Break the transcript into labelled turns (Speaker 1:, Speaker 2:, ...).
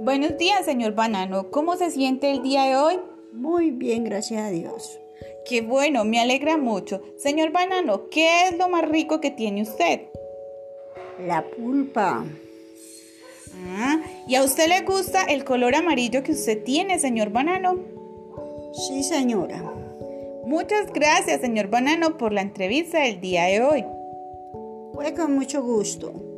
Speaker 1: Buenos días, señor Banano. ¿Cómo se siente el día de hoy?
Speaker 2: Muy bien, gracias a Dios.
Speaker 1: Qué bueno, me alegra mucho. Señor Banano, ¿qué es lo más rico que tiene usted?
Speaker 2: La pulpa.
Speaker 1: Ah, ¿y a usted le gusta el color amarillo que usted tiene, señor Banano?
Speaker 2: Sí, señora.
Speaker 1: Muchas gracias, señor Banano, por la entrevista del día de hoy.
Speaker 2: Fue con mucho gusto.